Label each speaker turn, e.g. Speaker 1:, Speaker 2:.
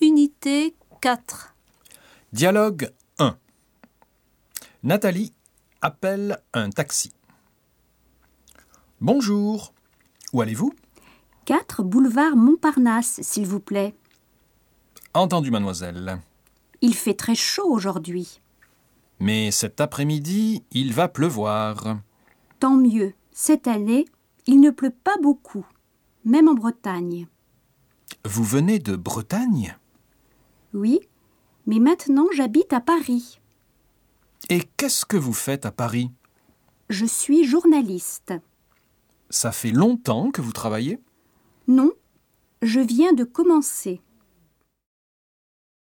Speaker 1: Activité 4.
Speaker 2: Dialogue 1. Nathalie appelle un taxi. Bonjour. Où allez-vous
Speaker 3: 4 boulevard Montparnasse, s'il vous plaît.
Speaker 2: Entendu, mademoiselle.
Speaker 3: Il fait très chaud aujourd'hui.
Speaker 2: Mais cet après-midi, il va pleuvoir.
Speaker 3: Tant mieux. Cette année, il ne pleut pas beaucoup, même en Bretagne.
Speaker 2: Vous venez de Bretagne
Speaker 3: Oui, mais maintenant j'habite à Paris.
Speaker 2: Et qu'est-ce que vous faites à Paris
Speaker 3: Je suis journaliste.
Speaker 2: Ça fait longtemps que vous travaillez
Speaker 3: Non, je viens de commencer.